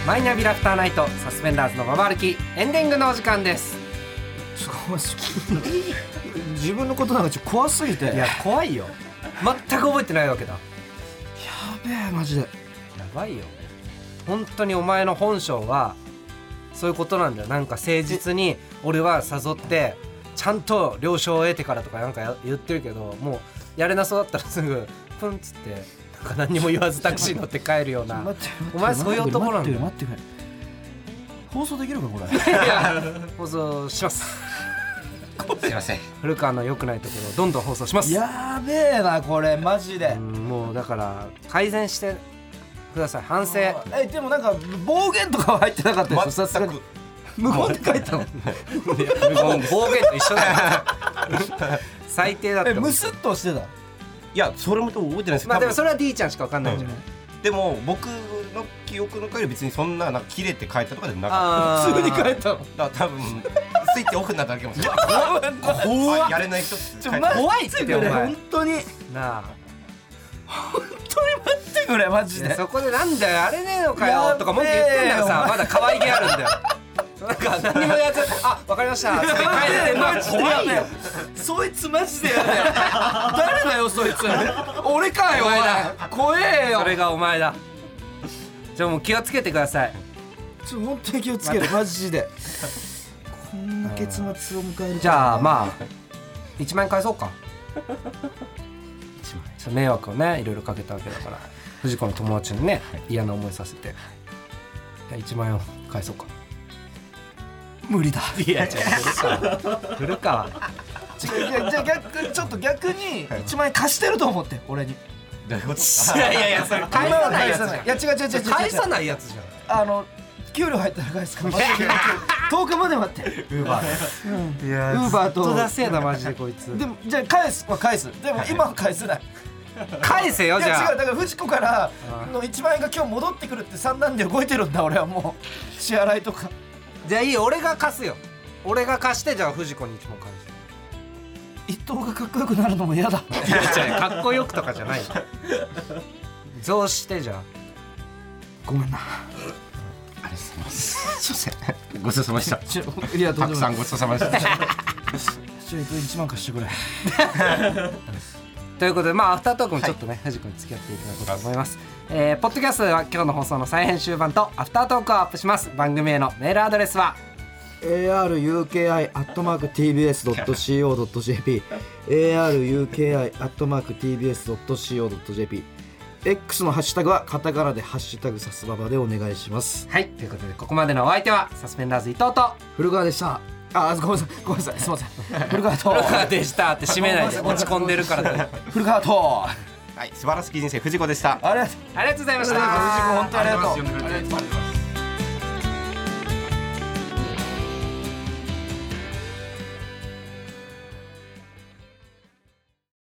Speaker 1: マイナビラフターナイトサスペンダーズのババ歩きエンディングのお時間です
Speaker 2: ちょっとごめん 自分のことなんかちょっと怖すぎて
Speaker 1: いや怖いよ全く覚えてないわけだや
Speaker 2: べえマジで
Speaker 1: ばいよ本当にお前の本性はそういうことなんだよなんか誠実に俺は誘ってちゃんと了承を得てからとかなんかや言ってるけどもうやれなそうだったらすぐプンっつってなんか何にも言わずタクシー乗って帰るような
Speaker 2: 待って
Speaker 1: お前そういう男なんだよ
Speaker 2: 待ってくれ待ってくれ放送できるかこ
Speaker 1: い
Speaker 2: れ
Speaker 1: や放送します
Speaker 3: すいません
Speaker 1: 古川の良くないところをどんどん放送します
Speaker 2: やべえなこれマジで
Speaker 1: うんもうだから改善してください反省
Speaker 2: えでもなんか暴言とかは入ってなかったでしょさすが
Speaker 3: 全
Speaker 2: に
Speaker 3: く
Speaker 2: 無言って書いたの
Speaker 1: もう暴言と一緒だよ最低だって
Speaker 2: えムスッとしてた
Speaker 3: いやそれも覚えてないです
Speaker 1: まあで
Speaker 3: 多
Speaker 1: も
Speaker 3: 分
Speaker 1: それは D ちゃんしかわかんないんじゃない、
Speaker 3: でも僕の記憶の限り別にそんななんか切れて帰ったとかでもなかっ
Speaker 1: あー
Speaker 2: 普通に書いたの
Speaker 3: ただから多分スイッチオフになっただけかもしれない
Speaker 2: 怖
Speaker 3: あやれない人って
Speaker 2: ち
Speaker 3: 書
Speaker 2: ょ
Speaker 3: いて
Speaker 2: マ
Speaker 3: ある
Speaker 2: ジで
Speaker 1: 怖いってお前
Speaker 2: 本当に
Speaker 1: なあ
Speaker 2: 待ってくれマジ
Speaker 1: いや
Speaker 2: で
Speaker 1: そこでなんだよあれねえのか
Speaker 2: や
Speaker 1: よ
Speaker 2: っべえ
Speaker 1: とか文句言ってんだからさまだ可愛げあるんだよなんか何もや つあわかりましたって帰ってんの
Speaker 2: マジでや
Speaker 1: 怖い
Speaker 2: べ
Speaker 1: よ
Speaker 2: えそいつマジ でやべえ誰だよそいつ 俺かよ
Speaker 1: お前
Speaker 2: おい怖えよ
Speaker 1: それがお前だじゃあもう気をつけてください
Speaker 2: ちょ本当に気をつける マジでこんな結末を迎える
Speaker 1: じゃあまあ1万円返そうかちょ迷惑をねいろいろかけたわけだから藤子の友達にね嫌な思いさせて1万円を返そうか
Speaker 2: 無理だ
Speaker 1: いや違う古 川
Speaker 2: じゃあじゃあ逆ちょっと逆に1万円貸してると思って俺に
Speaker 3: どういうこと
Speaker 1: いやいやいやそれ返
Speaker 2: 今
Speaker 1: さ
Speaker 2: は
Speaker 1: ない
Speaker 2: 返
Speaker 1: やつじ
Speaker 2: さ
Speaker 1: ゃん
Speaker 2: ないいや違う違う違う違う
Speaker 1: 返さないやつじゃん
Speaker 2: あの給料入ったら返 すからマジで10日まで待って
Speaker 1: ウーバーいや
Speaker 2: ウーバーと
Speaker 1: ずっとだせえなマジでこいつ
Speaker 2: でもじゃあ返すは返すでも今は返せない
Speaker 1: 返せよ
Speaker 2: い
Speaker 1: じ
Speaker 2: や
Speaker 1: ゃ
Speaker 2: 違うだから藤子からの1万円が今日戻ってくるって算段で動いてるんだ俺はもう支払いとか
Speaker 1: あじゃあいいよ俺が貸すよ俺が貸してじゃあ藤子に一問返
Speaker 2: 伊藤がかっこよくなるのも嫌だ
Speaker 1: すいや違うかっこよくとかじゃないよ増してじゃあ
Speaker 2: ごめんな
Speaker 3: ありがとうございます。すいません。ごちそうさまでした。
Speaker 2: ちょいやど
Speaker 3: た
Speaker 2: うで
Speaker 3: く
Speaker 2: も
Speaker 3: さ
Speaker 2: ない
Speaker 3: んごちそうさまでした。
Speaker 2: ちょ伊藤1万貸してくれ
Speaker 1: ということで、まあ、アフタートークもちょっとね、藤子に付き合っていただこうと思います。えーポッドキャストでは今日の放送の再編集版とアフタートークをアップします番組へのメールアドレスは
Speaker 4: aruki.tbs.co.jp aruki.tbs.co.jp X のハッシュタグはカタカナで「ハッシュタグサスババ」でお願いします
Speaker 1: はいということでここまでのお相手はサスペンダーズ伊 藤と
Speaker 4: 古川でした
Speaker 2: あごめんなさいごめんなさいすいません古川と
Speaker 1: 「でした」って締めない で落ち込んでるからと いう
Speaker 2: 古川と
Speaker 3: はい、素晴らしき人生藤子でした。
Speaker 2: ありがとう
Speaker 1: ありがとうございました
Speaker 2: 藤子本当にありがとう
Speaker 3: ありがとうございます。